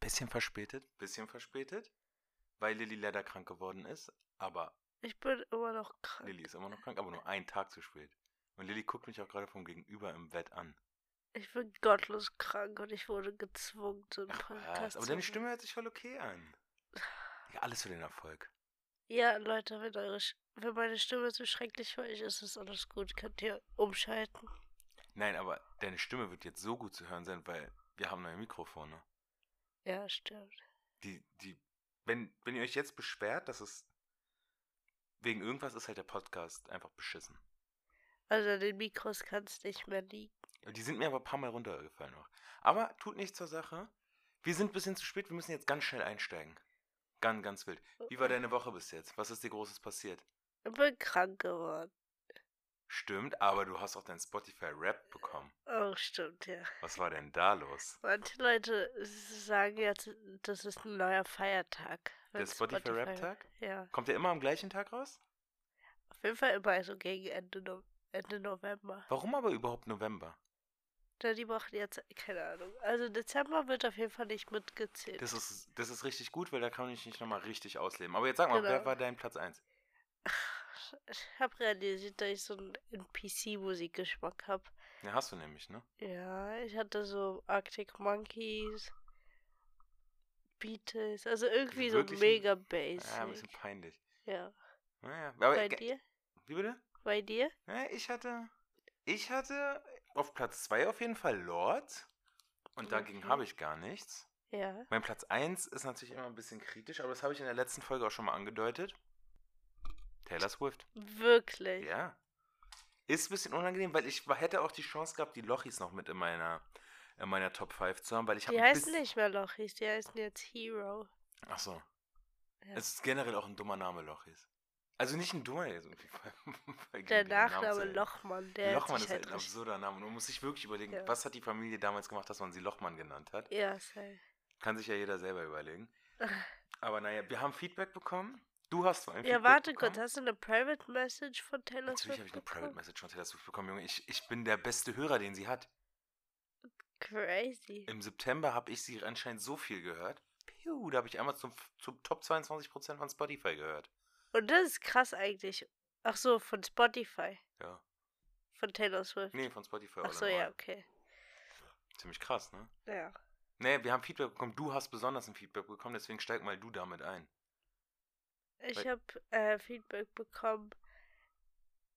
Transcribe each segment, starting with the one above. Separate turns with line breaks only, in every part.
Bisschen verspätet, bisschen verspätet, weil Lilly leider krank geworden ist. Aber
Ich bin immer noch krank.
Lilly ist immer noch krank, aber nur einen Tag zu spät. Und Lilly guckt mich auch gerade vom Gegenüber im Bett an.
Ich bin gottlos krank und ich wurde gezwungen, so einen
Was?
Podcast
Aber
zu
deine
machen.
Stimme hört sich voll okay an. Ja, alles für den Erfolg.
Ja, Leute, wenn, eure, Sch- wenn meine Stimme zu schrecklich für euch ist, ist alles gut. Könnt ihr umschalten.
Nein, aber deine Stimme wird jetzt so gut zu hören sein, weil wir haben neue Mikrofone.
Ja, stimmt.
Die, die, wenn, wenn ihr euch jetzt beschwert, dass es wegen irgendwas ist halt der Podcast einfach beschissen.
Also an den Mikros kann es nicht mehr liegen.
Die sind mir aber ein paar Mal runtergefallen noch. Aber tut nichts zur Sache. Wir sind ein bisschen zu spät, wir müssen jetzt ganz schnell einsteigen. Ganz, ganz wild. Wie war deine Woche bis jetzt? Was ist dir Großes passiert?
Ich bin krank geworden.
Stimmt, aber du hast auch dein Spotify-Rap bekommen.
Oh, stimmt, ja.
Was war denn da los?
Manche Leute sagen jetzt, das ist ein neuer Feiertag.
Der
Wenn
Spotify-Rap-Tag?
Ja.
Kommt der immer am gleichen Tag raus?
Auf jeden Fall immer so gegen Ende, No- Ende November.
Warum aber überhaupt November?
Da die machen jetzt, keine Ahnung. Also Dezember wird auf jeden Fall nicht mitgezählt.
Das ist, das ist richtig gut, weil da kann ich nicht nochmal richtig ausleben. Aber jetzt sag mal, wer
Genau.
war dein Platz 1?
ich habe realisiert, dass ich so einen NPC-Musikgeschmack habe.
Ja, hast du nämlich, ne?
Ja, ich hatte so Arctic Monkeys, Beatles, also irgendwie so
Wirklich ein-
mega
Ja, ein bisschen
basic.
peinlich.
Ja.
Naja, aber
Bei
ge-
dir?
wie bitte?
Bei dir?
Ja, ich hatte, ich hatte auf Platz 2 auf jeden Fall Lord. Und dagegen
Okay.
habe ich gar nichts.
Ja.
Mein Platz 1 ist natürlich immer ein bisschen kritisch, aber das habe ich in der letzten Folge auch schon mal angedeutet. Taylor Swift.
Wirklich.
Ja. Ist ein bisschen unangenehm, weil ich wa- hätte auch die Chance gehabt, die Lochis noch mit in meiner, in meiner Top 5 zu haben, weil ich habe
Die
ein
heißen
bisschen-
nicht mehr Lochis, die heißen jetzt
Genau,
Hero.
Ach so.
Ja.
Es ist generell auch ein dummer Name, Lochis. Also nicht ein dummer, jetzt irgendwie. voll- voll
Der
gegen den Namen zu
Nachname
halten.
Lochmann, der
Lochmann
hat sich
ist halt ein
richtig-
absurder Name. Und man muss sich wirklich überlegen,
Ja.
was hat die Familie damals gemacht, dass man sie Lochmann genannt hat?
Ja, sei.
Kann sich ja jeder selber überlegen. Aber naja, wir haben Feedback bekommen. Du hast vor allem
Ja,
Feedback
warte
bekommen.
kurz, hast du eine Private Message von Taylor
Natürlich
Swift
habe ich eine Private
bekommen?
Message von Taylor Swift bekommen, Junge. Ich, ich bin der beste Hörer, den sie hat.
Crazy.
Im September habe ich sie anscheinend so viel gehört. Piu, da habe ich einmal zum, zum Top 22% von Spotify gehört.
Und das ist krass eigentlich. Ach so, von Spotify.
Ja.
Von Taylor Swift.
Nee, von Spotify.
Ach
all
so,
in
ja,
all.
okay.
Ziemlich krass, ne?
Ja.
Nee, wir haben Feedback bekommen. Du hast besonders ein Feedback bekommen, deswegen steig mal du damit ein.
Ich
Weil-
habe äh, Feedback bekommen.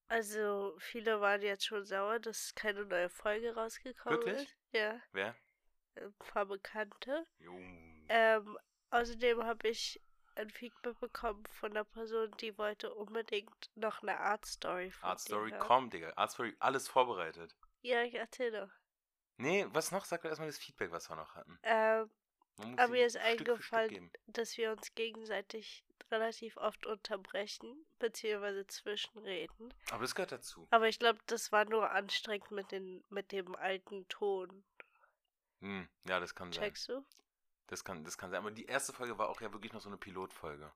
Also, viele waren jetzt schon sauer, dass keine neue Folge rausgekommen
Wirklich?
ist. Ja,
Wer?
ein paar Bekannte.
Jo.
Ähm, außerdem habe ich ein Feedback bekommen von einer Person, die wollte unbedingt noch eine Art Story von
Art
dir
Story,
hören.
komm, Digga. Art Story, alles vorbereitet.
Ja, ich erzähle doch.
Nee, was noch? Sag doch erstmal das Feedback, was wir noch hatten.
Ähm,
Man muss
Aber
sie
mir ist
Stück für Stück
eingefallen-
geben.
dass wir uns gegenseitig relativ oft unterbrechen, beziehungsweise zwischenreden.
Aber das gehört dazu.
Aber ich glaube, das war nur anstrengend mit, den, mit dem alten Ton.
Hm, ja, das kann sein.
Checkst du?
Das kann, das kann sein. Aber die erste Folge war auch ja wirklich noch so eine Pilotfolge.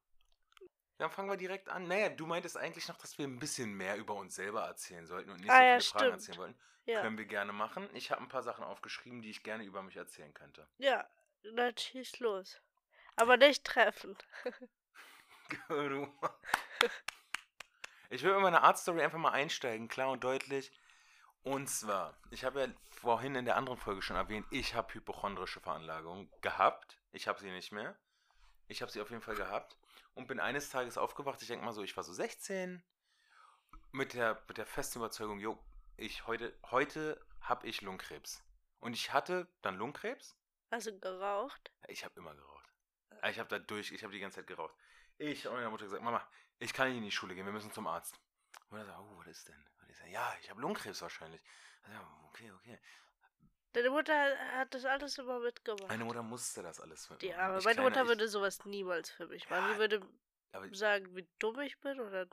Dann fangen wir direkt an. Naja, du meintest eigentlich noch, dass wir ein bisschen mehr über uns selber erzählen sollten und nicht
Ah,
so viele
ja,
Fragen
stimmt.
erzählen wollten.
Ja.
Können wir gerne machen. Ich habe ein paar Sachen aufgeschrieben, die ich gerne über mich erzählen könnte.
Ja, dann schieß los. Aber nicht treffen.
Du. Ich will mit meiner Art-Story einfach mal einsteigen, klar und deutlich. Und zwar, ich habe ja vorhin in der anderen Folge schon erwähnt, ich habe hypochondrische Veranlagung gehabt. Ich habe sie nicht mehr. Ich habe sie auf jeden Fall gehabt und bin eines Tages aufgewacht. Ich denke mal so, ich war so 16 mit der, mit der festen Überzeugung, jo, ich heute, heute habe ich Lungenkrebs. Und ich hatte dann Lungenkrebs
Also geraucht.
ich habe immer geraucht. Äh, Ich habe da durch, ich habe die ganze Zeit geraucht. Ich habe meiner Mutter gesagt, Mama, ich kann nicht in die Schule gehen, wir müssen zum Arzt. Und er sagt, oh, was ist denn? Was ist denn? Ja, ich habe Lungenkrebs wahrscheinlich. Ich sag, okay, okay.
Deine Mutter hat- hat das alles immer mitgemacht.
Meine Mutter musste das alles mitmachen.
Die Arme.
Ich
Meine
kleiner,
Mutter
ich-
würde sowas niemals für mich machen.
Ja.
Die würde
aber,
sagen, wie dumm ich bin oder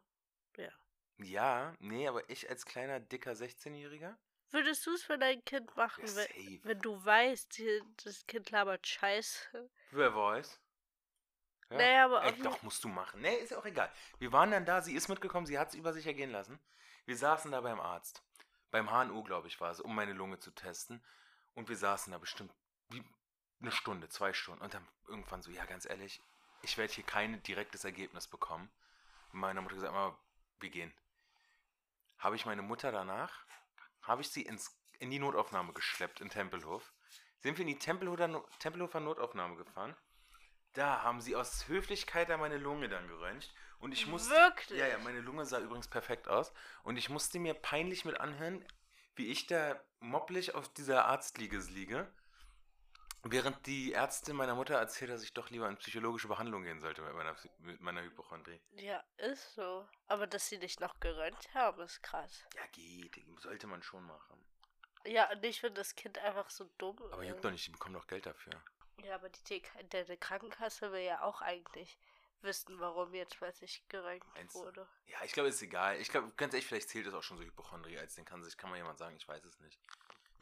ja, nee, aber ich als kleiner, dicker 16-Jähriger?
würdest du es für dein Kind machen,
Ja,
wenn,
safe.
wenn du weißt, die- das Kind labert Scheiße?
Wer weiß. Ja.
Naja, aber ähm,
Ey,
auf
doch, musst du machen. Nee, ist ja auch egal. Wir waren dann da, sie ist mitgekommen, sie hat es über sich ergehen lassen. Wir saßen da beim Arzt. Beim HNO, glaube ich, war es, um meine Lunge zu testen. Und wir saßen da bestimmt wie eine Stunde, zwei Stunden und dann irgendwann so, ja, ganz ehrlich, ich werde hier kein direktes Ergebnis bekommen. Meine Mutter gesagt, Mama, wir gehen. Habe ich meine Mutter danach, habe ich sie ins, in die Notaufnahme geschleppt in Tempelhof. Sind wir in die Tempelhofer, No- Tempelhofer Notaufnahme gefahren. Da haben sie aus Höflichkeit an meine Lunge dann geröntgt. Und ich musste.
Wirklich?
Ja, ja, meine Lunge sah übrigens perfekt aus. Und ich musste mir peinlich mit anhören, wie ich da moppelig auf dieser Arztliege liege. Während die Ärztin meiner Mutter erzählt, dass ich doch lieber in psychologische Behandlung gehen sollte mit meiner, Psy- mit meiner Hypochondrie.
Ja, ist so. Aber dass sie dich noch gerönt haben, ist krass.
Ja, geht. Sollte man schon machen.
Ja, und nicht, wenn das Kind einfach so dumm
Aber
ist.
juckt doch nicht, die bekommen doch Geld dafür.
Ja, aber die TK deine Krankenkasse will ja auch eigentlich wissen, warum jetzt plötzlich gerönt
Eins-
wurde.
Ja, ich glaube, ist egal. Ich glaube, ganz ehrlich, vielleicht zählt das auch schon so Hypochondrie als den kann sich, kann man jemand sagen, ich weiß es nicht.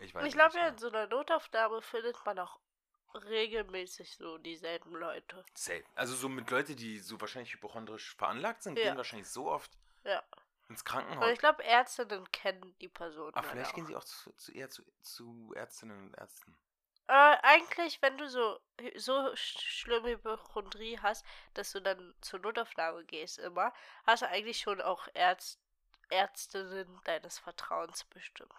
Ich weiß
ich glaube,
es nicht
ja,
mehr.
in so einer Notaufnahme findet man auch regelmäßig so dieselben Leute.
Safe. Also so mit Leute, die so wahrscheinlich hypochondrisch veranlagt sind,
Ja.
gehen wahrscheinlich so oft
Ja.
ins
Aber
Krankenhaus.
ich glaube, Ärztinnen kennen die Person.
Aber
dann
Oh. vielleicht
auch.
gehen sie auch zu, zu eher zu, zu Ärztinnen und Ärzten.
Äh, eigentlich, wenn du so, so sch- schlimme Hypochondrie hast, dass du dann zur Notaufnahme gehst immer, hast du eigentlich schon auch Ärzt, Ärztinnen deines Vertrauens bestimmt.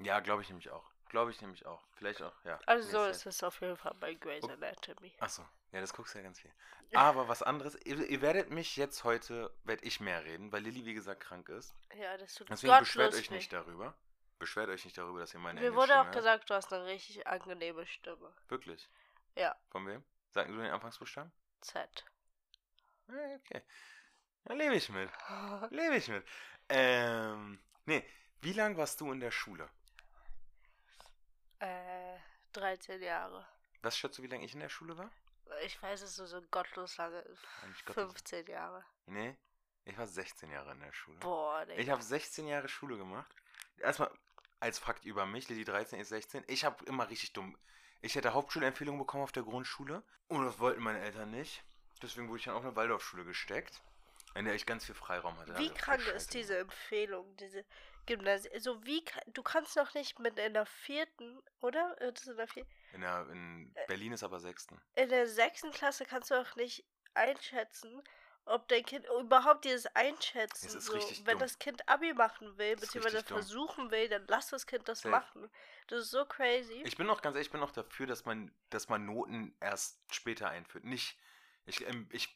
Ja, glaube ich nämlich auch. Glaube ich nämlich auch. Vielleicht auch, ja.
Also so
Nee,
ist es auf jeden Fall bei Grey's
Oh.
Anatomy.
Achso, ja, das guckst du ja ganz viel. Aber was anderes, ihr, ihr werdet mich jetzt heute, werde ich mehr reden, weil Lilly, wie gesagt, krank ist.
Ja, das tut
Deswegen
Gott
beschwert
bloß
euch nicht darüber. Beschwert euch nicht darüber, dass ihr meine
Mir
Engelstimme
wurde auch
hört.
gesagt, du hast eine richtig angenehme Stimme.
Wirklich?
Ja.
Von wem? Sagen Sie den Anfangsbuchstaben?
Z.
Ah, Okay. Da lebe ich mit. Lebe ich mit. Ähm, nee, wie lang warst du in der Schule?
äh, 13 Jahre.
Was schätzt du, wie lange ich in der Schule war?
Ich weiß es nur so gottlos lange.
Eigentlich gottlos.
15 Jahre.
Nee, ich war 16 Jahre in der Schule.
Boah, Digga.
Ich habe 16 Jahre Schule gemacht. Erstmal als Fakt über mich, Lili 13 ist 16. Ich habe immer richtig dumm. Ich hätte Hauptschulempfehlung bekommen auf der Grundschule und das wollten meine Eltern nicht. Deswegen wurde ich dann auf eine Waldorfschule gesteckt, in der ich ganz viel Freiraum hatte.
Wie
Also
krank
voll
ist
scheiße.
diese Empfehlung, diese Gymnasie? Also wie ka- du kannst doch nicht mit in der vierten, oder? Wird es in der vierten?
In, der, in
Äh,
Berlin ist aber sechsten.
In der sechsten Klasse kannst du doch nicht einschätzen, ob dein Kind überhaupt dieses Einschätzen.
Es ist
so,
richtig
wenn
dumm.
das Kind Abi machen will,
Es ist
beziehungsweise
richtig dumm.
versuchen will, dann lass das Kind das
Safe.
machen. Das ist so crazy.
Ich bin auch ganz ehrlich, ich bin auch dafür, dass man, dass man Noten erst später einführt. Nicht, ich, ähm, ich,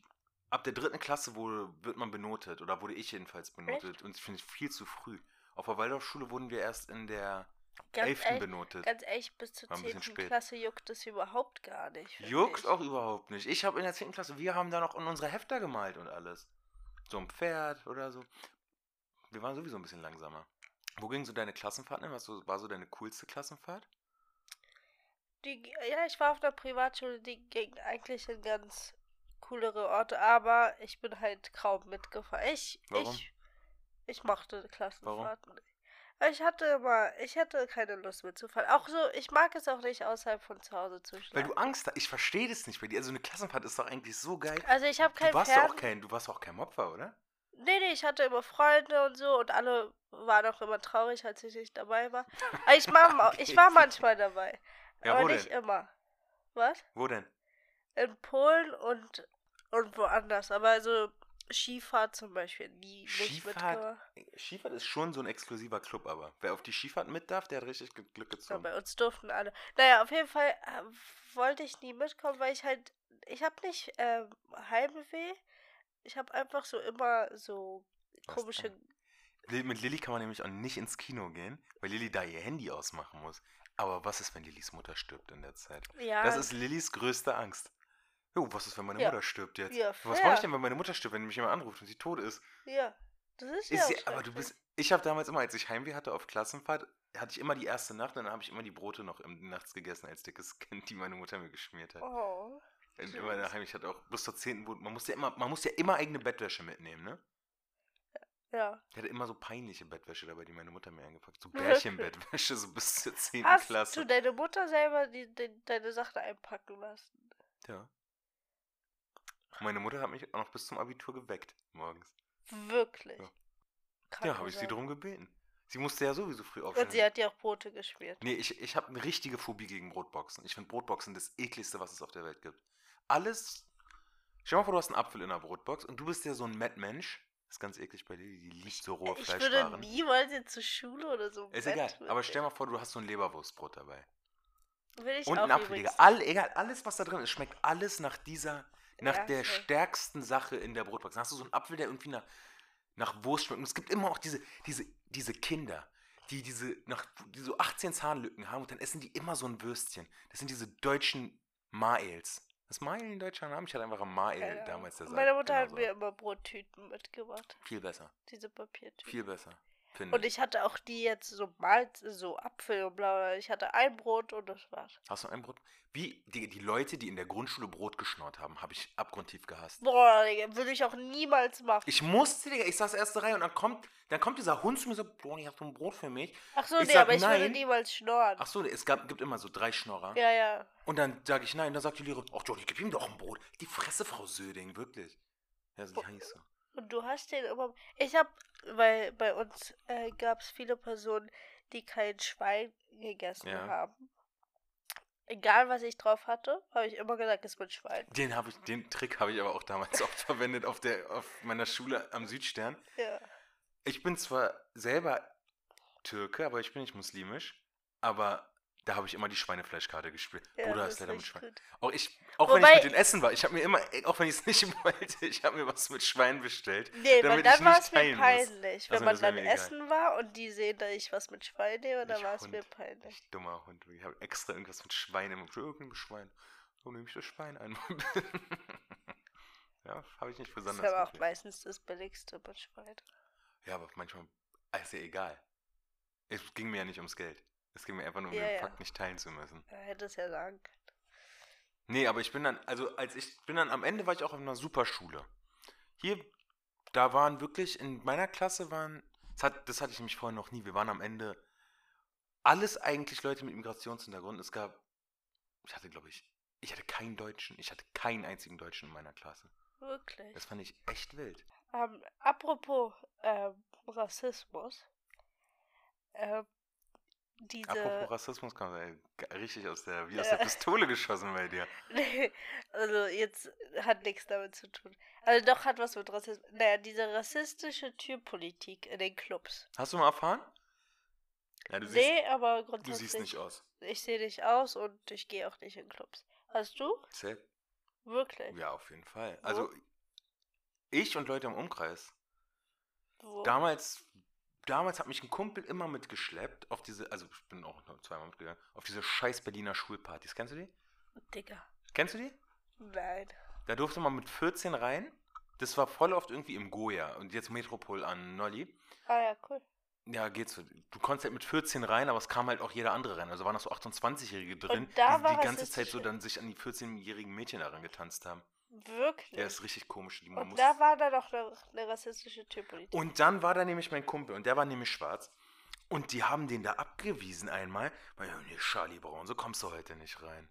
ab der dritten Klasse wurde, wird man benotet oder wurde ich jedenfalls benotet und ich finde es viel zu früh. Auf der Waldorfschule wurden wir erst in der elften
ehrlich,
benotet.
ganz ehrlich, bis zur
War ein bisschen
zehnten
spät.
Klasse juckt das überhaupt gar nicht. finde
Juckt
ich.
auch überhaupt nicht. Ich habe in der 10. Klasse, wir haben da noch in unsere Hefter gemalt und alles. So ein Pferd oder so. Wir waren sowieso ein bisschen langsamer. Wo gingen so deine Klassenfahrten? hin? Was so, war so deine coolste Klassenfahrt?
Die, ja, ich war auf einer Privatschule, die ging eigentlich in ganz coolere Orte, aber ich bin halt kaum mitgefahren. Ich,
Warum?
ich, ich mochte Klassenfahrten. nicht. Ich hatte immer, ich hatte keine Lust mitzufahren. Auch so, ich mag es auch nicht außerhalb von zu Hause zu
Weil
schlafen.
du Angst hast. Ich verstehe das nicht bei dir. Also eine Klassenfahrt ist doch eigentlich so geil.
also ich habe kein
du warst
Fern.
ja auch kein, du warst auch kein Opfer, oder?
Nee, nee, ich hatte immer Freunde und so und alle waren auch immer traurig, als ich nicht dabei war. Aber Ich war, ich war manchmal dabei.
Ja, wo
aber
denn?
nicht äh immer. Was?
Wo denn?
in Polen und, und woanders. Aber so Skifahrt zum Beispiel nie nicht
Skifahrt?
mitgemacht.
Skifahrt ist schon so ein exklusiver Club, aber wer auf die Skifahrt mit darf, der hat richtig Gl- Glück
Ja,
gezogen.
bei uns durften alle. Naja, auf jeden Fall äh, wollte ich nie mitkommen, weil ich halt, ich habe nicht ähm, Heimweh. Ich habe einfach so immer so
Was
komische.
Li- Mit Lilly kann man nämlich auch nicht ins Kino gehen, weil Lilly da ihr Handy ausmachen muss. Aber was ist, wenn Lillys Mutter stirbt in der Zeit?
Ja,
Das ist Lillys größte Angst. Jo, was ist, wenn meine
Ja.
Mutter stirbt jetzt?
Ja,
was
fair.
mache ich denn, wenn meine Mutter stirbt, wenn mich jemand anruft und sie tot ist?
ja. Das ist ja.
Ist
auch
ja, aber du
schrecklich.
bist. Ich habe damals immer, als ich Heimweh hatte auf Klassenfahrt, hatte ich immer die erste Nacht und dann habe ich immer die Brote noch im, nachts gegessen als dickes Kind, die meine Mutter mir geschmiert hat.
Oh.
und immer daheim, ich hatte auch bis zur 10. Wohn man musste ja immer, man musste ja immer eigene Bettwäsche mitnehmen, ne?
Ja.
Ich hatte immer so peinliche Bettwäsche dabei, die meine Mutter mir eingepackt. So Bärchenbettwäsche, so bis zur 10.
Hast du
Klasse.
deine Mutter selber die, die, deine Sachen einpacken lassen?
Ja. Meine Mutter hat mich auch noch bis zum Abitur geweckt morgens.
Wirklich.
Ja.
Krank
ja, habe ich sie
sein.
drum gebeten. Sie musste ja sowieso früh aufstehen.
Und sie Ah, hat dir auch Brote geschmiert.
Nee, ich, ich habe eine richtige Phobie gegen Brotboxen. Ich finde Brotboxen das ekligste, was es auf der Welt gibt. Alles. Stell dir mal vor, du hast einen Apfel in einer Brotbox und du bist ja so ein Mad-Mensch. Ist ganz eklig bei dir, die liebt so rohe
Ich würde
Fleischwaren.
niemals jetzt zur Schule oder so. im
Ist
Bett
egal,
mit-
aber stell mal vor, du hast so ein Leberwurstbrot dabei.
Will ich
und
auch
ein Apfel,
übrigens.
Digga. All, egal, alles, was da drin ist, schmeckt alles nach dieser, nach
Ja,
der
voll.
stärksten Sache in der Brotbox. Dann hast du so einen Apfel, der irgendwie nach, nach Wurst schmeckt. Und es gibt immer auch diese, diese, diese Kinder, die diese, nach, die so 18 Zahnlücken haben und dann essen die immer so ein Würstchen. Das sind diese deutschen Maels. Das Mael ein deutscher Name? Ich hatte einfach ein Mael
Keine Ahnung.
äh, damals. Der
Meine
sagt
Mutter
genau
hat
so.
mir immer Brottüten mitgebracht.
Viel besser,
Diese Papiertüten.
viel besser, finde
Und
ich.
ich hatte auch die jetzt so Malz, so Apfel und bla. bla. Ich hatte ein Brot und das war's.
Hast du ein Brot? Wie, die, die Leute, die in der Grundschule Brot geschnorrt haben, habe ich abgrundtief gehasst.
Boah, Digga, würde ich auch niemals machen.
Ich musste, Digga, ich saß erste Reihe und dann kommt, dann kommt dieser Hund zu mir und sagt, Broni, hast du ein Brot für mich?
Ach so,
ich
nee,
sag
aber ich würde
nein.
niemals schnorren.
Ach so, es gab, gibt immer so drei Schnorrer.
Ja, ja.
Und dann sage ich nein, dann sagt die Lehrerin, ach Johnny, gib ihm doch ein Brot. Die Fresse, Frau Söding, wirklich. Ja, so
Bo-
heißt so.
Und du hast den immer. Ich hab, weil bei uns äh, gab es viele Personen, die kein Schwein gegessen
Ja.
haben. Egal, was ich drauf hatte, habe ich immer gesagt, ist mit Schwein.
Den, hab ich, den Trick habe ich aber auch damals oft verwendet auf, der, auf meiner Schule am Südstern.
Ja.
Ich bin zwar selber Türke, aber ich bin nicht muslimisch. Aber da habe ich immer die Schweinefleischkarte gespielt.
ja
Bruder,
das
ist leider mit
richtig
Schwein.
gut.
Auch, ich, auch wenn
Wobei-
ich mit den Essen war, ich habe mir immer, auch wenn ich es nicht wollte, ich habe mir was mit Schwein bestellt.
Nee, weil
damit ich
dann war
nicht
es mir
teilen muss. Also,
peinlich. Wenn man
das wär
dann
mir egal.
essen war und die sehen, dass ich was mit Schwein nehme, dann
Ich
war es mir
Hund.
peinlich.
Ich dummer Hund. Ich habe extra irgendwas mit Schwein im Irgendein Schwein. So nehme ich das Schwein einmal. ja, habe ich nicht
Das
besonders.
ist aber auch
gekriegt.
meistens das billigste mit Schwein.
ja, aber manchmal ah, ist ja egal. Es ging mir ja nicht ums Geld. Es ging mir einfach nur um
Ja,
den
ja.
Fakt, nicht teilen zu müssen.
Er hätte es ja sagen können.
Nee, aber ich bin dann, also als ich bin dann am Ende war ich auch in einer Superschule. Hier, da waren wirklich, in meiner Klasse waren, das, hat, das hatte ich nämlich vorhin noch nie, wir waren am Ende alles eigentlich Leute mit Migrationshintergrund. Es gab, ich hatte glaube ich, ich hatte keinen Deutschen, ich hatte keinen einzigen Deutschen in meiner Klasse.
Wirklich.
Das fand ich echt wild.
Ähm, apropos ähm, Rassismus. Ähm, diese.
Apropos Rassismus kam ey, g- richtig aus der, wie aus
Ja.
der Pistole geschossen bei dir.
Nee, also jetzt hat nichts damit zu tun. Also doch hat was mit Rassismus. Naja, diese rassistische Türpolitik in den Clubs.
Hast du mal erfahren? Ja, du siehst,
nee, aber
du
grundsätzlich.
siehst nicht aus.
Ich sehe nicht aus und ich gehe auch nicht in Clubs. Hast du?
Zählt
Wirklich?
Ja, auf jeden Fall.
Wo?
Also ich und Leute im Umkreis.
Wo?
Damals, damals hat mich ein Kumpel immer mitgeschleppt auf diese, also ich bin auch noch zweimal mitgegangen, auf diese scheiß Berliner Schulpartys. Kennst du die?
Digga.
Kennst du die?
Nein.
Da durfte man mit 14 rein. Das war voll oft irgendwie im Goya und jetzt Metropol an Nolli.
Ah ja, cool.
Ja, geht's. so. Du konntest halt mit 14 rein, aber es kam halt auch jeder andere rein. Also waren das so 28-Jährige drin,
da
die
war
die ganze Zeit
rassistische-
so dann sich an die 14-jährigen Mädchen daran getanzt haben.
Wirklich?
Ja, ist richtig komisch. Die man
und
muss-
da war da doch eine, eine rassistische Türpolitik.
Und dann war da nämlich mein Kumpel und der war nämlich schwarz. Und die haben den da abgewiesen einmal. Weil, ja, nee, Charlie Brown, so kommst du heute nicht rein.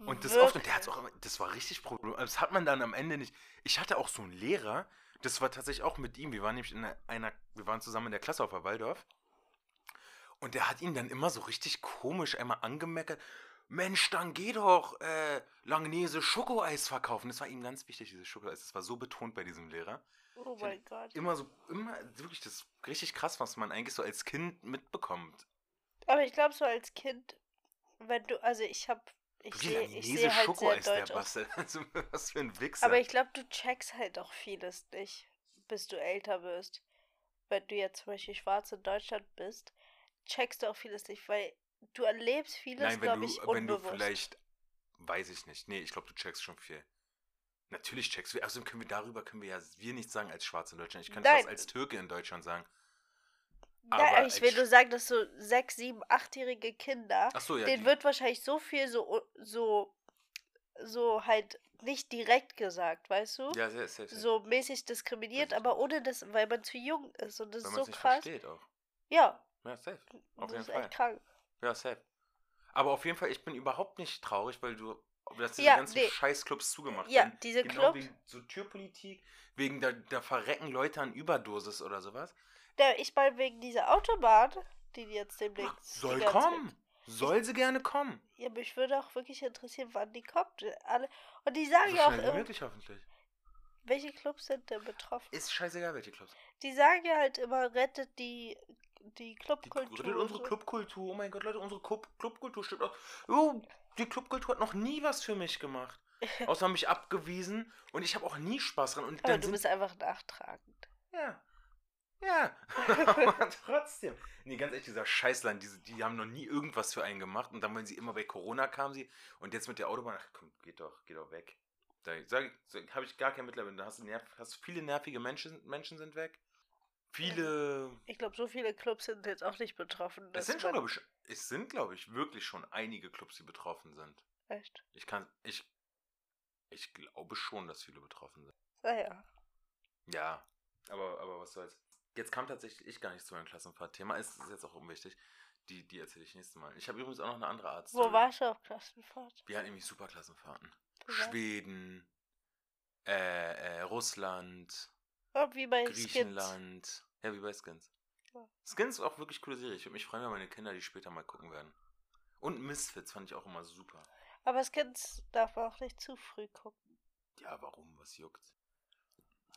Oh, Und das oft, und der hat's auch, immer- das war richtig Problem. Das hat man dann am Ende nicht. Ich hatte auch so einen Lehrer, das war tatsächlich auch mit ihm. Wir waren nämlich in einer, wir waren zusammen in der Klasse auf der Waldorf. Und der hat ihn dann immer so richtig komisch einmal angemeckert. Mensch, dann geh doch äh, Langnese Schokoeis verkaufen. Das war ihm ganz wichtig, dieses Schokoeis. Das war so betont bei diesem Lehrer
Oh mein Gott.
immer so, immer wirklich das ist richtig krass, was man eigentlich so als Kind mitbekommt.
Aber ich glaube so als Kind, wenn du, also ich habe, ich
Wie
sehe ich
Langnese
seh halt sehr
Schokoeis, der
deutsch aus.
Bastel. Also, was für ein Wichser.
Aber ich glaube, du checkst halt auch vieles nicht, bis du älter wirst. Wenn du jetzt zum Beispiel schwarz in Deutschland bist, checkst du auch vieles nicht, weil du erlebst vieles,
Nein, wenn
glaube
du, äh,
ich,
wenn du
unbewusst.
vielleicht, weiß ich nicht. Nee, ich glaube, du checkst schon viel. Natürlich checkst du. Außerdem können wir darüber können wir ja wir nichts sagen als Schwarze in Deutschland. Ich kann
Nein.
das als Türke in Deutschland sagen.
Nein,
aber
aber ich will
als-
nur sagen, dass so sechs, sieben, achtjährige Kinder,
Ach so, ja.
denen
die-
wird wahrscheinlich so viel so, so, so halt nicht direkt gesagt, weißt du?
ja, sehr, sehr, sehr.
So mäßig diskriminiert,
Weiß ich
aber
nicht.
ohne das, weil man zu jung ist und das
wenn Also
ist
man
so
nicht
krass.
versteht auch.
Ja,
Ja, safe. Auf
das
jeden
ist echt
Fall.
krank.
Ja, safe. Aber auf jeden Fall, ich bin überhaupt nicht traurig, weil du, dass diese
Ja,
ganzen
nee.
Scheißclubs zugemacht
Ja,
werden.
diese
genau
Clubs.
wegen so Türpolitik, wegen da, da verrecken Leute an Überdosis oder sowas.
Na, ich meine wegen dieser Autobahn, die jetzt demnächst.
Ah, Soll
die ganze-
kommen. Soll sie gerne kommen.
Ja, mich würde auch wirklich interessieren, wann die kommt. Alle. Und die sagen
So
ja auch
schnell wie
immer,
möglich hoffentlich.
welche Clubs sind denn betroffen?
Ist scheißegal, welche Clubs.
Die sagen ja halt immer, rettet die,
Die
die Clubkultur.
rettet
und
unsere
so.
Clubkultur. Oh mein Gott, Leute, unsere Club Clubkultur steht auch. Oh, die Clubkultur hat noch nie was für mich gemacht. Außer mich abgewiesen und ich habe auch nie Spaß dran. Und
Aber
dann
du
sind
bist einfach nachtragend.
Ja. Ja. Aber trotzdem. Nee, ganz ehrlich, dieser Scheißland, die, die haben noch nie irgendwas für einen gemacht. Und dann, wenn sie immer bei Corona kamen, sie. Und jetzt mit der Autobahn, ach komm, geht doch, geht doch weg. Da sag, sag, habe ich gar kein Mitleid. mit. Da hast du nerv, hast viele nervige Menschen, Menschen sind weg. Viele.
Ich glaube, so viele Clubs sind jetzt auch nicht betroffen.
Es
dass
sind schon,
man-
glaube ich, es sind, glaube ich, wirklich schon einige Clubs, die betroffen sind.
Echt?
Ich kann, ich, ich glaube schon, dass viele betroffen sind.
Naja.
Ja, aber, aber was soll's. Jetzt kam tatsächlich ich gar nicht zu meinem Klassenfahrtthema. Ist, ist jetzt auch unwichtig. Die, die erzähle ich nächstes Mal. Ich habe übrigens auch noch eine andere Art.
Wo warst du auf Klassenfahrt?
Wir hatten nämlich super Klassenfahrten.
Ja.
Schweden, äh, äh, Russland,
Und wie bei Skins.
Griechenland. Ja, wie bei Skins.
Ja.
Skins ist auch wirklich coole Serie. Ich würde mich freuen, wenn meine Kinder die später mal gucken werden. Und Misfits fand ich auch immer super.
Aber Skins darf man auch nicht zu früh gucken.
Ja, warum? Was juckt's?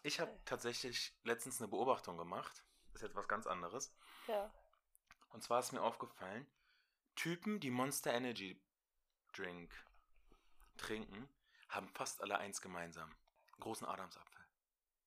Ich habe tatsächlich letztens eine Beobachtung gemacht. Ist jetzt was ganz anderes.
Ja.
Und zwar ist mir aufgefallen, Typen, die Monster Energy Drink trinken, haben fast alle eins gemeinsam. Einen großen Adamsapfel.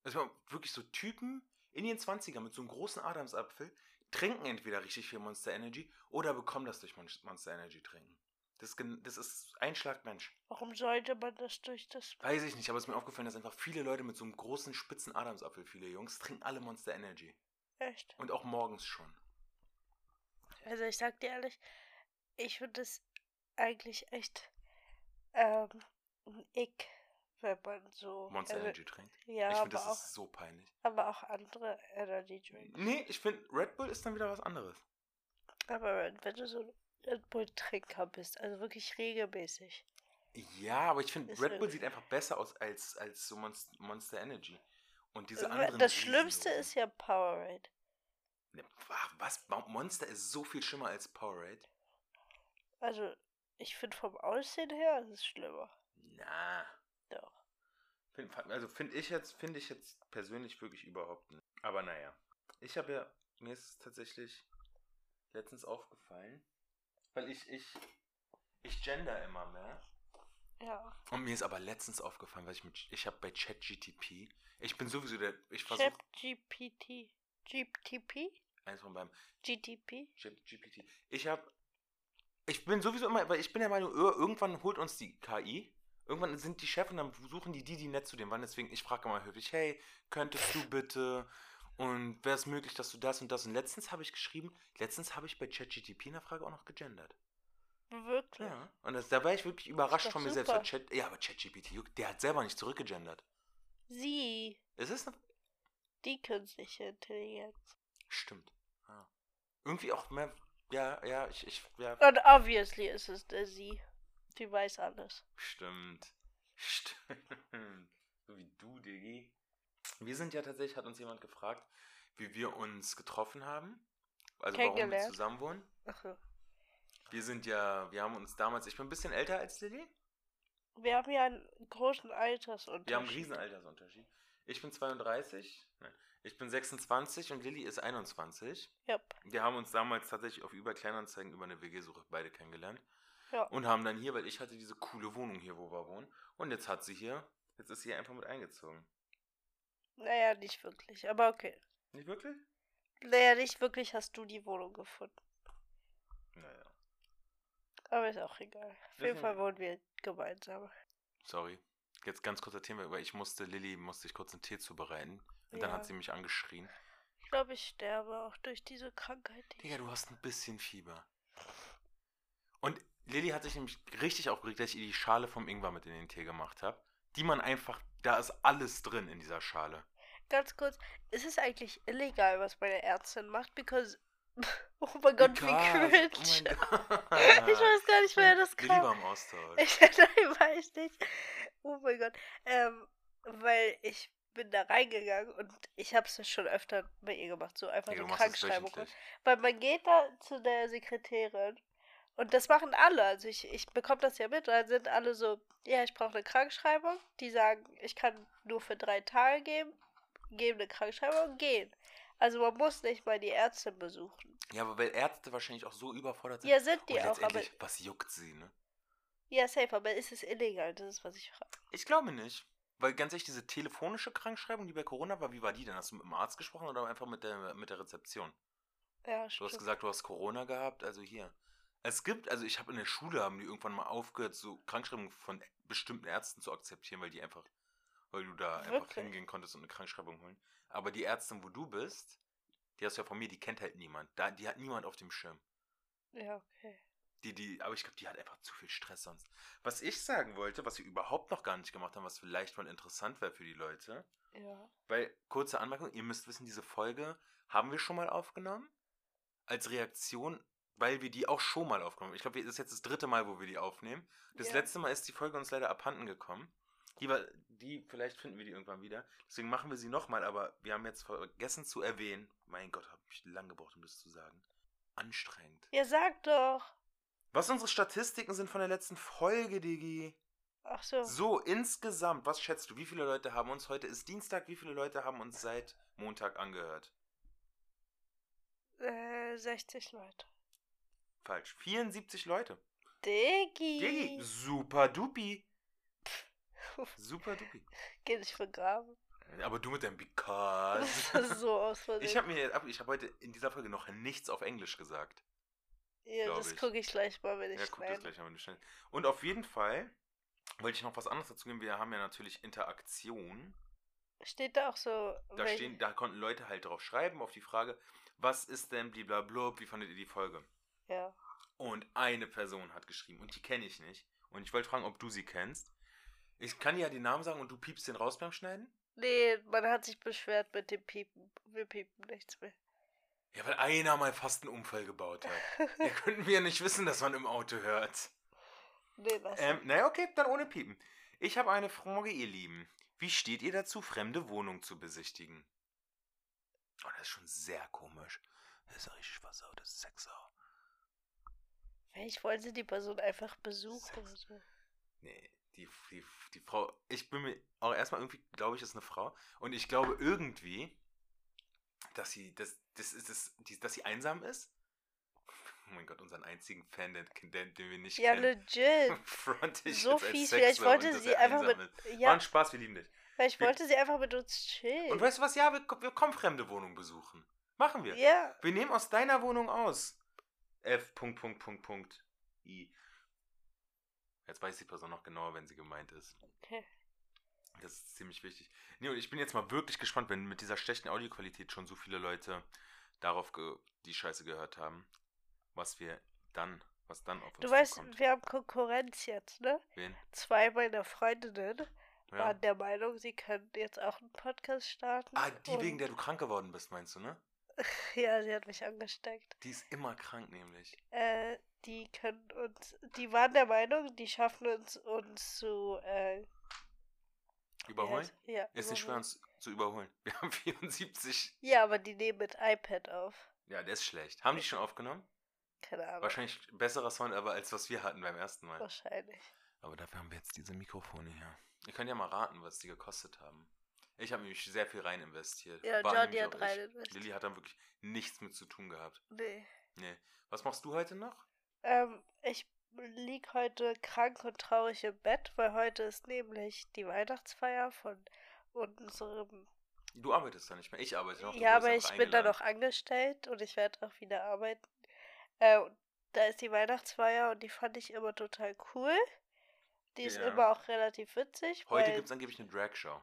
Das waren wirklich so Typen in den 20ern mit so einem großen Adamsapfel, trinken entweder richtig viel Monster Energy oder bekommen das durch Mon- Monster Energy trinken. Das, ist gen- das ist ein Schlagmensch.
Warum sollte man das durch das.
Weiß ich nicht, aber es ist mir aufgefallen, dass einfach viele Leute mit so einem großen, spitzen Adamsapfel, viele Jungs, trinken alle Monster Energy.
Echt?
Und auch morgens schon.
Also ich sag dir ehrlich, ich finde es eigentlich echt ähm, ein Ick, wenn man so.
Monster
also,
Energy trinkt.
Ja,
ich finde,
aber
das
auch,
ist so peinlich.
aber auch andere Energy Drinks.
Nee, ich finde, Red Bull ist dann wieder was anderes.
Aber wenn, wenn du so ein Red Bull-Trinker bist, also wirklich regelmäßig.
Ja, aber ich finde,
Ist
Red Bull
irgendwie-
sieht einfach besser aus als, als so Monst Monster Energy. Und diese
Äh, Wa-
anderen.
Das Schlimmste
Riesenlosen.
ist ja Powerade.
Ne, wa- Was? Mo- Monster ist so viel schlimmer als Powerade?
Also, ich finde vom Aussehen her ist es schlimmer.
Na.
Doch.
Find, also finde ich jetzt, finde ich jetzt persönlich wirklich überhaupt nicht. Aber naja. Ich habe ja, mir ist es tatsächlich letztens aufgefallen, weil ich, ich, ich gender immer mehr.
Ja.
Und mir ist aber letztens aufgefallen, weil ich mit, ich habe bei ChatGTP, ich bin sowieso der, ich versuche
ChatGPT. GTP?
eins von beim
GTP?
ChatGPT. Ich habe, ich bin sowieso immer, weil ich bin der Meinung, ir- irgendwann holt uns die KI. Irgendwann sind die Chefs und dann suchen die die, die nett zu dem waren. Deswegen, ich frage immer höflich, hey, könntest du bitte und wäre es möglich, dass du das und das und letztens habe ich geschrieben, letztens habe ich bei ChatGTP in der Frage auch noch gegendert.
Wirklich?
Ja. Und das, da war ich wirklich überrascht
doch
von mir selbst.
super.
weil Chat, ja, aber ChatGPT, juckt- der hat selber nicht zurückgegendert.
Sie,
Es ist eine
die künstliche Intelligenz.
Stimmt. Ja. Irgendwie auch mehr. Ja, ja, ich, ich, ja.
Und obviously ist es der Sie. Die weiß alles.
Stimmt. Stimmt. So wie du, Diggi. Wir sind ja tatsächlich, hat uns jemand gefragt, wie wir uns getroffen haben. Also warum wir
Kennengelernt.
zusammen wohnen.
Ach so.
Wir sind ja, wir haben uns damals, ich bin ein bisschen älter als Lilly.
Wir haben ja einen großen Altersunterschied.
Wir haben einen riesen Altersunterschied. Ich bin 32, nein, ich bin 26 und Lilly ist 21.
Yep.
Wir haben uns damals tatsächlich auf über Kleinanzeigen über eine WG-Suche beide kennengelernt.
Ja.
Und haben dann hier, weil ich hatte diese coole Wohnung hier, wo wir wohnen. Und jetzt hat sie hier, jetzt ist sie einfach mit eingezogen.
Naja, nicht wirklich. Aber okay.
Nicht wirklich?
Naja, nicht wirklich hast du die Wohnung gefunden.
Naja.
Aber ist auch egal. Auf jeden
Deswegen-
Fall wohnen wir gemeinsam.
Sorry. Jetzt ganz kurzer Thema, weil ich musste, Lilly musste ich kurz einen Tee zubereiten. Und dann
Ja.
hat sie mich angeschrien.
Ich glaube, ich sterbe auch durch diese Krankheit. Die
Digga,
ich...
du hast ein bisschen Fieber. Und Lilly hat sich nämlich richtig aufgeregt, dass ich ihr die Schale vom Ingwer mit in den Tee gemacht habe. Die man einfach, da ist alles drin in dieser Schale.
Ganz kurz, ist es eigentlich illegal, was meine Ärztin macht? Because. Oh mein Gott, wie
Egal.
cringe.
Oh mein Gott.
ich weiß gar nicht, woher das
Lilly
kam.
war im Austausch.
Ich, nein, weiß nicht. Oh mein Gott. Ähm, weil ich bin da reingegangen und ich habe es schon öfter bei ihr gemacht, so einfach
Ja,
so
du machst das
Krankschreibung.
wöchentlich.
Weil man geht da zu der Sekretärin und das machen alle. Also ich, ich bekomme das ja mit und dann sind alle so, ja, ich brauche eine Krankschreibung. Die sagen, ich kann nur für drei Tage geben, geben eine Krankschreibung und gehen. Also man muss nicht mal die Ärzte besuchen.
Ja, aber weil Ärzte wahrscheinlich auch so überfordert sind.
Ja, sind
und
die auch, aber.
Oh, letztendlich, was juckt sie, ne?
Ja, safe, aber ist es illegal? Das ist, was ich frage.
Ich glaube nicht. Weil ganz ehrlich, diese telefonische Krankschreibung, die bei Corona war, wie war die denn? Hast du mit dem Arzt gesprochen oder einfach mit der, mit der Rezeption?
Ja,
Du
stimmt.
hast gesagt, du hast Corona gehabt, also hier. Es gibt, also ich habe in der Schule, haben die irgendwann mal aufgehört, so Krankschreibungen von bestimmten Ärzten zu akzeptieren, weil die einfach, weil du da einfach
Wirklich?
hingehen konntest und eine Krankschreibung holen. Aber die Ärztin, wo du bist, die hast du ja von mir, die kennt halt niemand. Da, die hat niemand auf dem Schirm.
Ja, okay.
Die, die, aber ich glaube, die hat einfach zu viel Stress sonst. Was ich sagen wollte, was wir überhaupt noch gar nicht gemacht haben, was vielleicht mal interessant wäre für die Leute,
Ja.
weil, kurze Anmerkung, ihr müsst wissen, diese Folge haben wir schon mal aufgenommen. Als Reaktion, weil wir die auch schon mal aufgenommen haben. Ich glaube, das ist jetzt das dritte Mal, wo wir die aufnehmen. Das
Ja.
letzte Mal ist die Folge uns leider abhanden gekommen. Die, war, die, vielleicht finden wir die irgendwann wieder. Deswegen machen wir sie nochmal, aber wir haben jetzt vergessen zu erwähnen. Mein Gott, habe ich lange gebraucht, um das zu sagen. Anstrengend.
Ja, sag doch.
Was unsere Statistiken sind von der letzten Folge, Digi.
Ach so.
So, insgesamt, was schätzt du, wie viele Leute haben uns, heute ist Dienstag, wie viele Leute haben uns seit Montag angehört?
Äh, 60 Leute.
Falsch. 74 Leute.
Diggi.
Digi, super dupi. Super dupi.
Geh dich vergraben.
Aber du mit deinem
Das
Because.
ist so aus Versehen.
Also Ich habe mir, ab- ich habe heute in dieser Folge noch nichts auf Englisch gesagt.
ja,
glaub
das
ich.
gucke ich gleich mal, wenn ich
Ja, guck das
schneide.
gleich mal, wenn du schnell. Und auf jeden Fall wollte ich noch was anderes dazu geben. Wir haben ja natürlich Interaktion.
Steht da auch so.
Da,
welch-
stehen, da konnten Leute halt drauf schreiben, auf die Frage, was ist denn bliblablub, wie fandet ihr die Folge?
Ja.
Und eine Person hat geschrieben und die kenne ich nicht. Und ich wollte fragen, ob du sie kennst. Ich kann dir ja den Namen sagen und du piepst den raus beim Schneiden?
Nee, man hat sich beschwert mit dem Piepen. Wir piepen nichts mehr.
Ja, weil einer mal fast einen Unfall gebaut hat. ja, könnten wir ja nicht wissen, dass man im Auto hört.
Nee, lass.
Ähm, naja, okay, dann ohne Piepen. Ich habe eine Frage, ihr Lieben. Wie steht ihr dazu, fremde Wohnungen zu besichtigen? Oh, das ist schon sehr komisch. Das ist ja richtig versautes Sexau.
Vielleicht wollen sie die Person einfach besuchen.
Sex.
So.
Nee, die, die, die Frau, ich bin mir auch erstmal irgendwie, glaube ich, ist eine Frau. Und ich glaube irgendwie, dass sie, dass, das ist, das, die, dass sie einsam ist. Oh mein Gott, unseren einzigen Fan, den, den, den wir nicht
Ja,
kennen.
legit.
Front ähm, ich
so
jetzt als
fies.
Sexler
Vielleicht wollte
und dass
sie
er
einfach
einsam
mit.
ist. War
Ja,
ein Spaß, wir lieben dich.
vielleicht
wir-
wollte sie einfach mit uns chillen.
Und weißt du was? Ja, wir, wir kommen fremde Wohnungen besuchen. Machen wir.
ja.
Wir nehmen aus deiner Wohnung aus. F. Punkt, Punkt, Punkt, Punkt. I. Jetzt weiß die Person noch genauer, wenn sie gemeint ist.
Okay.
Das ist ziemlich wichtig. Nee, und ich bin jetzt mal wirklich gespannt, wenn mit dieser schlechten Audioqualität schon so viele Leute darauf ge die Scheiße gehört haben, was wir dann, was dann auf uns
Du weißt,
zukommt.
wir haben Konkurrenz jetzt, ne?
Wen?
Zwei meiner Freundinnen
Ja.
waren der Meinung, sie können jetzt auch einen Podcast starten.
Ah, die wegen
und-
der du krank geworden bist, meinst du, ne?
Ja, sie hat mich angesteckt.
Die ist immer krank, nämlich.
Äh, die können uns, die waren der Meinung, die schaffen uns, uns zu, äh, wie
Überholen?
heißt- ja,
Ist nicht schwer,
überholen.
uns zu überholen. Wir haben 74.
Ja, aber die nehmen mit iPad auf.
Ja, der ist schlecht. Haben die schon aufgenommen?
Keine Ahnung.
Wahrscheinlich besserer Sound, aber als was wir hatten beim ersten Mal.
Wahrscheinlich.
Aber dafür haben wir jetzt diese Mikrofone hier. Ihr könnt ja mal raten, was die gekostet haben. Ich habe nämlich sehr viel rein investiert.
Ja,
War
Jordi
nämlich
hat
auch
rein
ich.
investiert.
Lilly hat dann wirklich nichts mit zu tun gehabt.
Nee.
Nee. Was machst du heute noch?
Ähm, ich lieg heute krank und traurig im Bett, weil heute ist nämlich die Weihnachtsfeier von unserem
Du arbeitest da nicht mehr. Ich arbeite noch. du
ja,
wurdest
aber ich
einfach
bin da
eingeladen.
noch angestellt und ich werde auch wieder arbeiten. Äh, und da ist die Weihnachtsfeier und die fand ich immer total cool. Die ist
Ja.
immer auch relativ witzig,
Heute
weil
gibt es angeblich eine Drag-Show.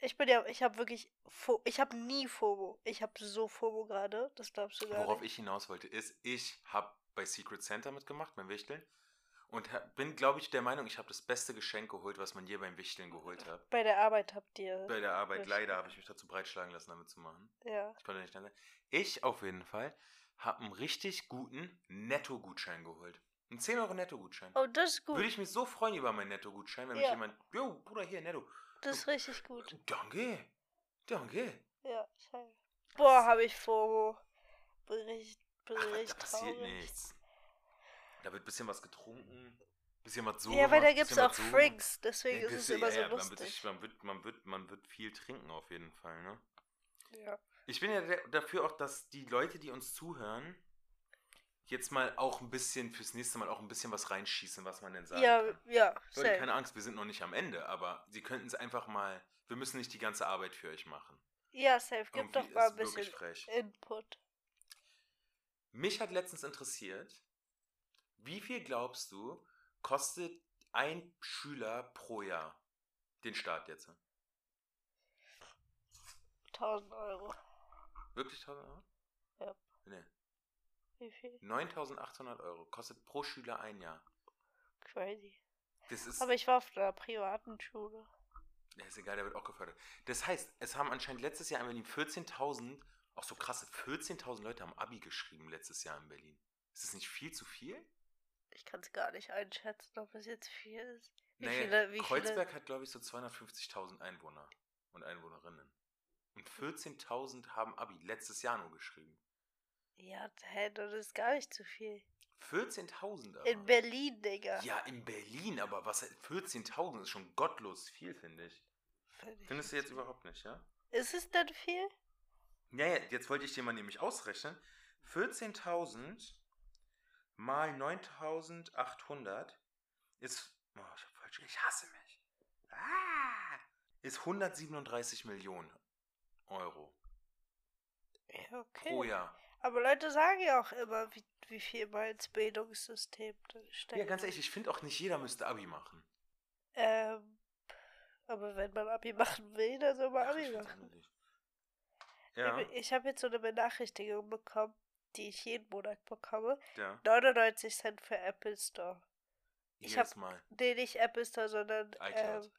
ich bin ja, ich habe wirklich, Fo ich habe nie FOMO. Ich habe so FOMO gerade, das glaubst du gar
Worauf
nicht.
ich hinaus wollte, ist, ich habe bei Secret Santa mitgemacht, beim Wichteln. Und hab- bin, glaube ich, der Meinung, ich habe das beste Geschenk geholt, was man je beim Wichteln geholt hat.
Bei der Arbeit habt ihr,
Bei der Arbeit,
Wichteln.
leider, habe ich mich dazu breitschlagen lassen, damit zu machen.
ja,
Ich konnte nicht da sein. Ich auf jeden Fall habe einen richtig guten Netto-Gutschein geholt. Einen 10 Euro Netto-Gutschein.
oh, das ist gut.
Würde ich mich so freuen über meinen Netto-Gutschein, wenn
Ja.
mich jemand, jo, Bruder, hier, Netto.
Das ist richtig gut.
Danke. Danke.
Ja, scheiße. Boah, habe ich FOMO. Bericht, Bericht.
Da passiert
traurig.
nichts. Da wird ein bisschen was getrunken, bisschen was so.
ja, weil da
gemacht,
gibt es
bisschen
auch
was so
Frinks, deswegen
gemacht.
ist es
Ja,
immer so
ja, man wird, sich-
lustig.
man, wird, man, wird, man wird viel trinken auf jeden Fall, ne?
Ja.
Ich bin ja der- dafür auch, dass die Leute, die uns zuhören, jetzt mal auch ein bisschen fürs nächste Mal auch ein bisschen was reinschießen, was man denn sagt.
Ja, ja,
Leute,
safe.
keine Angst, wir sind noch nicht am Ende, aber sie könnten es einfach mal. Wir müssen nicht die ganze Arbeit für euch machen.
Ja, safe. Gib
Irgendwie
doch mal
ist
ein
wirklich
bisschen
frech.
Input.
Mich hat letztens interessiert, wie viel glaubst du, kostet ein Schüler pro Jahr den Staat jetzt?
1000 Euro.
Wirklich 1000 Euro?
Ja.
Nee.
Wie viel?
9800 Euro kostet pro Schüler ein Jahr.
Crazy.
Das ist,
Aber ich war auf einer privaten Schule.
ja, ist egal, der wird auch gefördert. Das heißt, es haben anscheinend letztes Jahr in Berlin 14.000, auch so krasse, 14.000 Leute haben Abi geschrieben letztes Jahr in Berlin. Ist das nicht viel zu viel?
Ich kann es gar nicht einschätzen, ob es jetzt viel ist. Wie
Naja,
viele- wie
Kreuzberg hat, glaube ich, so 250.000 Einwohner und Einwohnerinnen. Und 14.000 haben Abi letztes Jahr nur geschrieben.
Ja, hä, das ist gar nicht zu viel.
14.000 aber.
In Berlin, Digga.
Ja, in Berlin, aber was 14.000 ist schon gottlos viel, finde ich.
Find ich
Findest du jetzt
zu-
überhaupt nicht, ja?
Ist es denn viel?
Ja, ja, jetzt wollte ich dir mal nämlich ausrechnen. 14.000 mal 9.800 ist. Oh, ich hab falsch. Ich hasse mich. Ah, ist 137 Millionen Euro
Ja, okay.
pro Jahr.
Aber Leute sagen ja auch immer, wie, wie viel mal ins Bildungssystem drin steckt.
Ja, ganz ehrlich, ich finde auch nicht jeder müsste Abi machen.
Ähm, aber wenn man Abi machen will, dann soll man
Ach, ich
Abi
find's
machen.
unnötig. Ja,
Ich habe jetzt so eine Benachrichtigung bekommen, die ich jeden Monat bekomme.
ja.
99 Cent für Apple Store. ich
Jedes
hab-
Mal.
Nee, nicht Apple Store, sondern
iCloud.
ähm,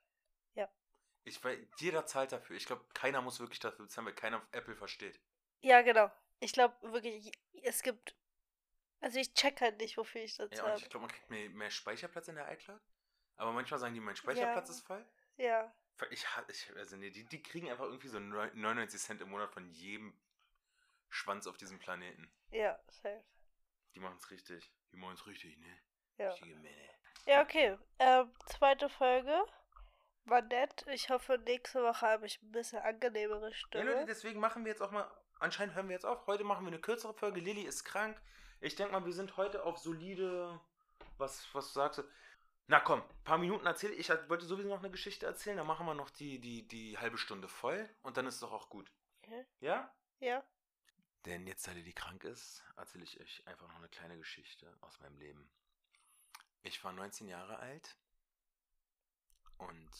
Ich weiß, jeder zahlt dafür. Ich glaube, keiner muss wirklich dafür bezahlen, weil keiner Apple versteht.
Ja, genau. Ich glaube wirklich, je- es gibt. Also ich check halt nicht, wofür ich das
Ja, und
habe.
ich glaube, man kriegt mehr, mehr Speicherplatz in der iCloud. Aber manchmal sagen die, mein Speicherplatz
Ja.
ist voll.
Ja.
Weil Ich, ha- ich also nee, die, die kriegen einfach irgendwie so 99 Cent im Monat von jedem Schwanz auf diesem Planeten.
Ja, safe.
Die machen es richtig. Die machen es richtig, ne?
Ja.
Richtige Männer.
Ja, okay. Ähm, zweite Folge. War nett. Ich hoffe, nächste Woche habe ich ein bisschen angenehmere
Ja, Leute,
Stimme.
deswegen machen wir jetzt auch mal. Anscheinend hören wir jetzt auf. Heute machen wir eine kürzere Folge. Lilly ist krank. Ich denke mal, wir sind heute auf solide. Was, was sagst du? Na komm, paar Minuten erzähl. Ich wollte sowieso noch eine Geschichte erzählen. Dann machen wir noch die, die, die halbe Stunde voll. Und dann ist doch auch gut.
Okay.
Ja?
Ja.
Denn jetzt, da Lilly krank ist, erzähle ich euch einfach noch eine kleine Geschichte aus meinem Leben. Ich war 19 Jahre alt und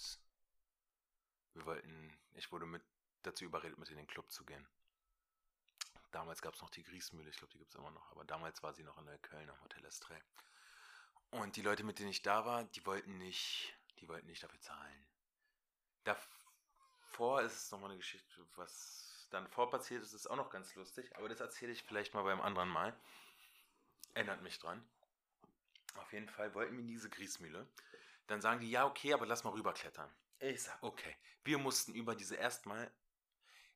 wir wollten, ich wurde mit dazu überredet, mit in den Club zu gehen. Damals gab es noch die Griesmühle, ich glaube, die gibt es immer noch, aber damals war sie noch in Neukölln am Hotel Estrell. Und die Leute, mit denen ich da war, die wollten nicht, die wollten nicht dafür zahlen. Davor ist es nochmal eine Geschichte, was dann vor passiert ist, ist auch noch ganz lustig, aber das erzähle ich vielleicht mal beim anderen Mal. Erinnert mich dran. Auf jeden Fall wollten wir in diese Griesmühle. Dann sagen die, ja, okay, aber lass mal rüberklettern. Ich sag, okay. Wir mussten über diese erstmal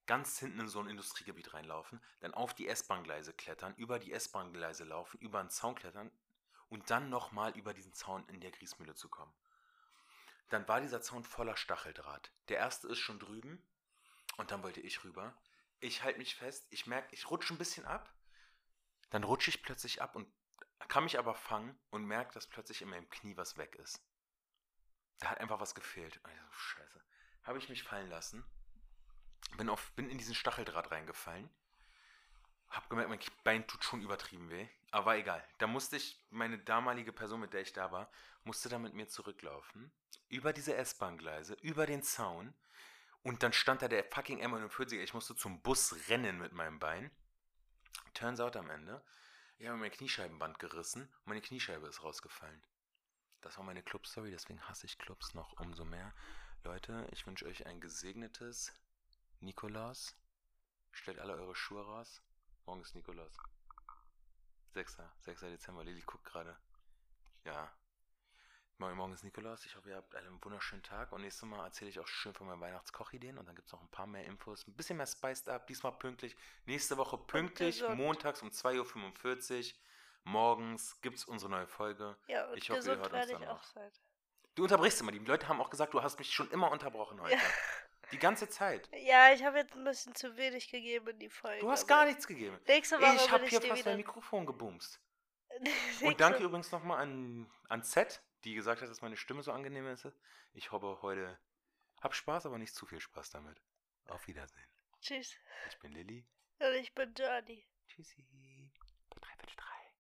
ganz hinten in so ein Industriegebiet reinlaufen, dann auf die S-Bahn-Gleise klettern, über die S-Bahn-Gleise laufen, über einen Zaun klettern und dann nochmal über diesen Zaun in der Griesmühle zu kommen. Dann war dieser Zaun voller Stacheldraht. Der erste ist schon drüben und dann wollte ich rüber. Ich halte mich fest, ich merke, ich rutsche ein bisschen ab. Dann rutsche ich plötzlich ab und kann mich aber fangen und merke, dass plötzlich in meinem Knie was weg ist. Da hat einfach was gefehlt. Also, scheiße. Habe ich mich fallen lassen. Bin, auf, bin in diesen Stacheldraht reingefallen. Hab gemerkt, mein Bein tut schon übertrieben weh. Aber egal. Da musste ich, meine damalige Person, mit der ich da war, musste dann mit mir zurücklaufen. Über diese S-Bahn-Gleise, über den Zaun. Und dann stand da der fucking M41. Ich musste zum Bus rennen mit meinem Bein. Turns out am Ende, ich habe mir mein Kniescheibenband gerissen und meine Kniescheibe ist rausgefallen. Das war meine Club-Story, deswegen hasse ich Clubs noch umso mehr. Leute, ich wünsche euch ein gesegnetes Nikolaus. Stellt alle eure Schuhe raus. Morgen ist Nikolaus. 6. 6. Dezember. Lilly guckt gerade. Ja. Morgen, morgen ist Nikolaus. Ich hoffe, ihr habt alle einen wunderschönen Tag. Und nächstes Mal erzähle ich auch schön von meinen Weihnachtskochideen. Und dann gibt es noch ein paar mehr Infos. Ein bisschen mehr spiced up. Diesmal pünktlich. Nächste Woche pünktlich.
gesund.
Montags um 2.45 Uhr. Morgens gibt es unsere neue Folge.
Ja, und
Ich hoffe, ihr
gesund
hört uns
werde
dann
ich
noch.
auch sein.
Du unterbrichst immer. Die Leute haben auch gesagt, du hast mich schon immer unterbrochen heute.
Ja.
Die ganze Zeit.
Ja, ich habe jetzt ein bisschen zu wenig gegeben in die Folge.
Du hast
aber
gar nichts gegeben.
Nächste Woche
Ich
bin
habe hier
dir
fast
wieder...
mein Mikrofon gebumst.
Nächste-
Und danke übrigens nochmal an, an Z, die gesagt hat, dass meine Stimme so angenehm ist. Ich hoffe, heute hab Spaß, aber nicht zu viel Spaß damit. Auf Wiedersehen.
Tschüss.
Ich bin Lilly.
Und ich bin Johnny.
Tschüssi.